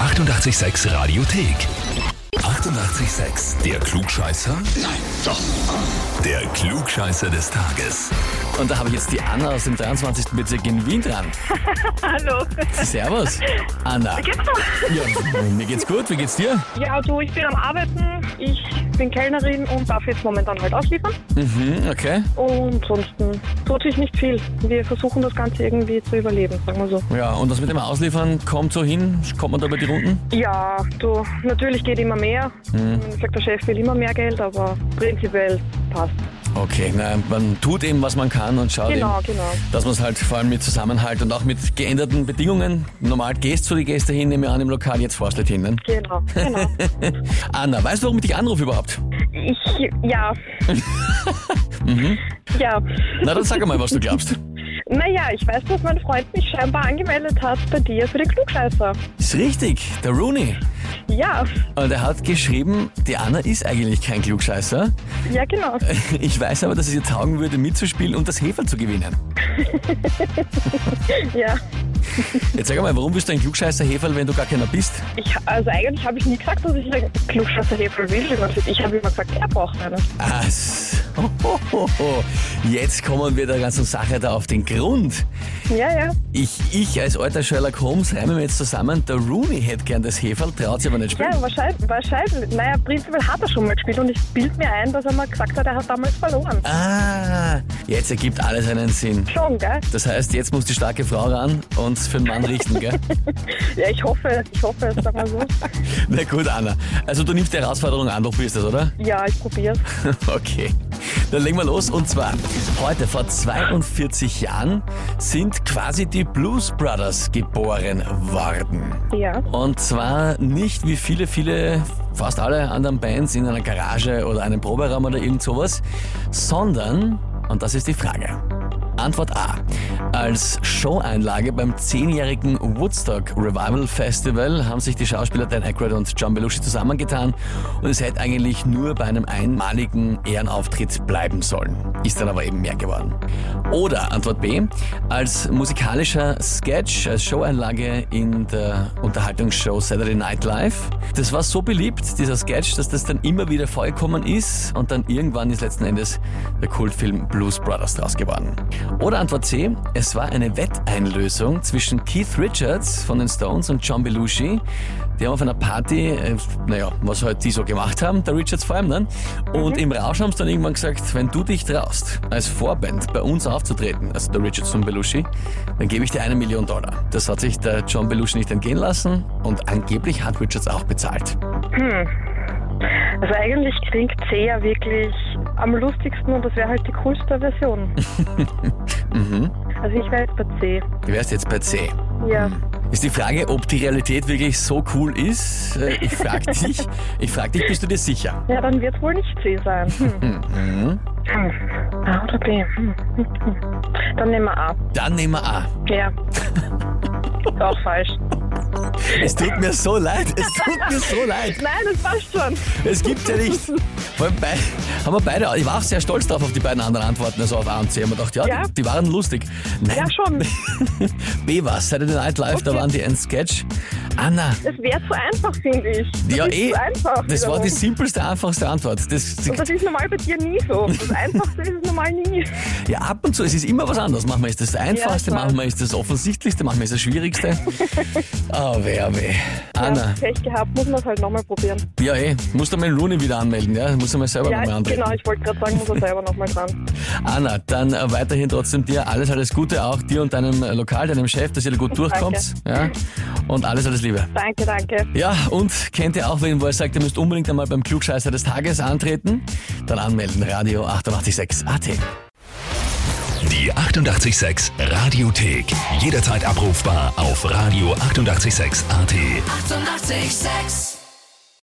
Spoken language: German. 886 Radiothek. 88,6. Der Klugscheißer? Nein, doch. Der Klugscheißer des Tages. Und da habe ich jetzt die Anna aus dem 23. Bezirk in Wien dran. Hallo. Servus, Anna. Ja, mir geht's gut, wie geht's dir? Ja, du, ich bin am Arbeiten. Ich bin Kellnerin und darf jetzt momentan halt ausliefern. Mhm, okay. Und ansonsten tut sich nicht viel. Wir versuchen das Ganze irgendwie zu überleben, sagen wir so. Ja, und das mit dem Ausliefern kommt so hin? Kommt man da über die Runden? Ja, du, natürlich geht immer mehr. Ich sag, der Chef will immer mehr Geld, aber prinzipiell passt. Okay, na, man tut eben, was man kann und schaut Genau, eben, genau. dass man es halt vor allem mit Zusammenhalt und auch mit geänderten Bedingungen. Normal gehst du die Gäste hin, nehme ich an, im Lokal, jetzt fährst du nicht hin. Ne? Genau, genau. Anna, weißt du, warum ich dich anrufe überhaupt? Ich, ja. Ja. Na, dann sag einmal, was du glaubst. Naja, ich weiß, dass mein Freund mich scheinbar angemeldet hat bei dir für den Klugscheißer. Ist richtig, der Rooney. Ja, Und er hat geschrieben, die Anna ist eigentlich kein Klugscheißer. ja, genau. Ich weiß aber, dass es ihr taugen würde, mitzuspielen und das Hefer zu gewinnen. Ja. Jetzt sag mal, warum bist du ein Klugscheißer Heferl, wenn du gar keiner bist? Ich, also eigentlich habe ich nie gesagt, dass ich ein Klugscheißer-Hefel will. Und Ich habe immer gesagt, er braucht einen. Ah, s- hohoho. jetzt kommen wir der ganzen Sache da auf den Grund. Ja, ja. Ich, ich als alter Sherlock Holmes reime mir jetzt zusammen, der Rooney hätte gern das Heferl, traut sich aber nicht spielen. Ja, wahrscheinlich, wahrscheinlich. Naja, prinzipiell hat er schon mal gespielt und ich bild mir ein, dass er mal gesagt hat, er hat damals verloren. Ah, jetzt ergibt alles einen Sinn. Schon, gell? Das heißt, jetzt muss die starke Frau ran und für den Mann richten, gell? Ja, ich hoffe es, ich hoffe es, sag mal so. Na gut, Anna. Also du nimmst die Herausforderung an, du bist es, oder? Ja, ich probiere Okay, dann legen wir los. Und zwar, heute vor 42 Jahren sind quasi die Blues Brothers geboren worden. Ja. Und zwar nicht wie viele, viele, fast alle anderen Bands in einer Garage oder einem Proberaum oder irgend sowas, sondern, und das ist die Frage, Antwort A. Als Showeinlage beim zehnjährigen Woodstock Revival Festival haben sich die Schauspieler Dan Aykroyd und John Belushi zusammengetan und es hätte eigentlich nur bei einem einmaligen Ehrenauftritt bleiben sollen. Ist dann aber eben mehr geworden. Oder Antwort B. Als musikalischer Sketch, als Showeinlage in der Unterhaltungsshow Saturday Night Live. Das war so beliebt, dieser Sketch, dass das dann immer wieder vorgekommen ist und dann irgendwann ist letzten Endes der Kultfilm Blues Brothers draus geworden. Oder Antwort C, es war eine Wetteinlösung zwischen Keith Richards von den Stones und John Belushi. Die haben auf einer Party, äh, naja, was halt die so gemacht haben, der Richards vor allem dann. Und im Rausch haben sie dann irgendwann gesagt, wenn du dich traust, als Vorband bei uns aufzutreten, also der Richards und Belushi, dann gebe ich dir eine Million Dollar. Das hat sich der John Belushi nicht entgehen lassen und angeblich hat Richards auch bezahlt. Also eigentlich klingt C ja wirklich am lustigsten und das wäre halt die coolste Version. Also ich wäre jetzt bei C. Du wärst Mhm. jetzt bei C. Ja. Ist die Frage, ob die Realität wirklich so cool ist? Äh, Ich frag dich, ich frag dich, bist du dir sicher? Ja, dann wird es wohl nicht C sein. Hm. Hm. A oder B? Hm. Hm. Hm. Dann nehmen wir A. Dann nehmen wir A. Ja. Ist auch falsch. Es tut mir so leid, es tut mir so leid. Nein, das passt schon. Es gibt ja nicht. Vor allem bei, haben wir beide, ich war auch sehr stolz drauf auf die beiden anderen Antworten, also auf A und C. Haben wir gedacht, ja, Ja. Die, die waren lustig. Ja, Nein, schon. B war Saturday Night Live, da Okay. waren die ein Sketch. Anna, Es wäre zu einfach, finde ich. Das ja ist eh, Zu einfach das war die wiederum. simpelste, einfachste Antwort. Das, Und das ist normal bei dir nie so. Das Einfachste ist es normal nie. Ja, ab und zu, es ist immer was anderes. Manchmal ist das, das Einfachste, klar. manchmal ist das Offensichtlichste, manchmal ist das Schwierigste. Oh, weh, oh, weh. Anna, Ja, Pech gehabt, muss man es halt nochmal probieren. ja, eh, musst du mal den Rooney wieder anmelden, ja? Musst du mal selber ja, nochmal antreten. genau, ich wollte gerade sagen, muss er selber nochmal dran. Anna, dann äh, weiterhin trotzdem dir alles, alles Gute, auch dir und deinem äh, Lokal, deinem Chef, dass ihr da gut durchkommt. Ja? Und alles, alles Liebe. Danke, danke. Ja, und kennt ihr auch wen, wo ihr sagt, ihr müsst unbedingt einmal beim Klugscheißer des Tages antreten? Dann anmelden, Radio 886 AT. Die 88,6 Radiothek. Jederzeit abrufbar auf radio886.at. 88,6. Eighty-eight, sex.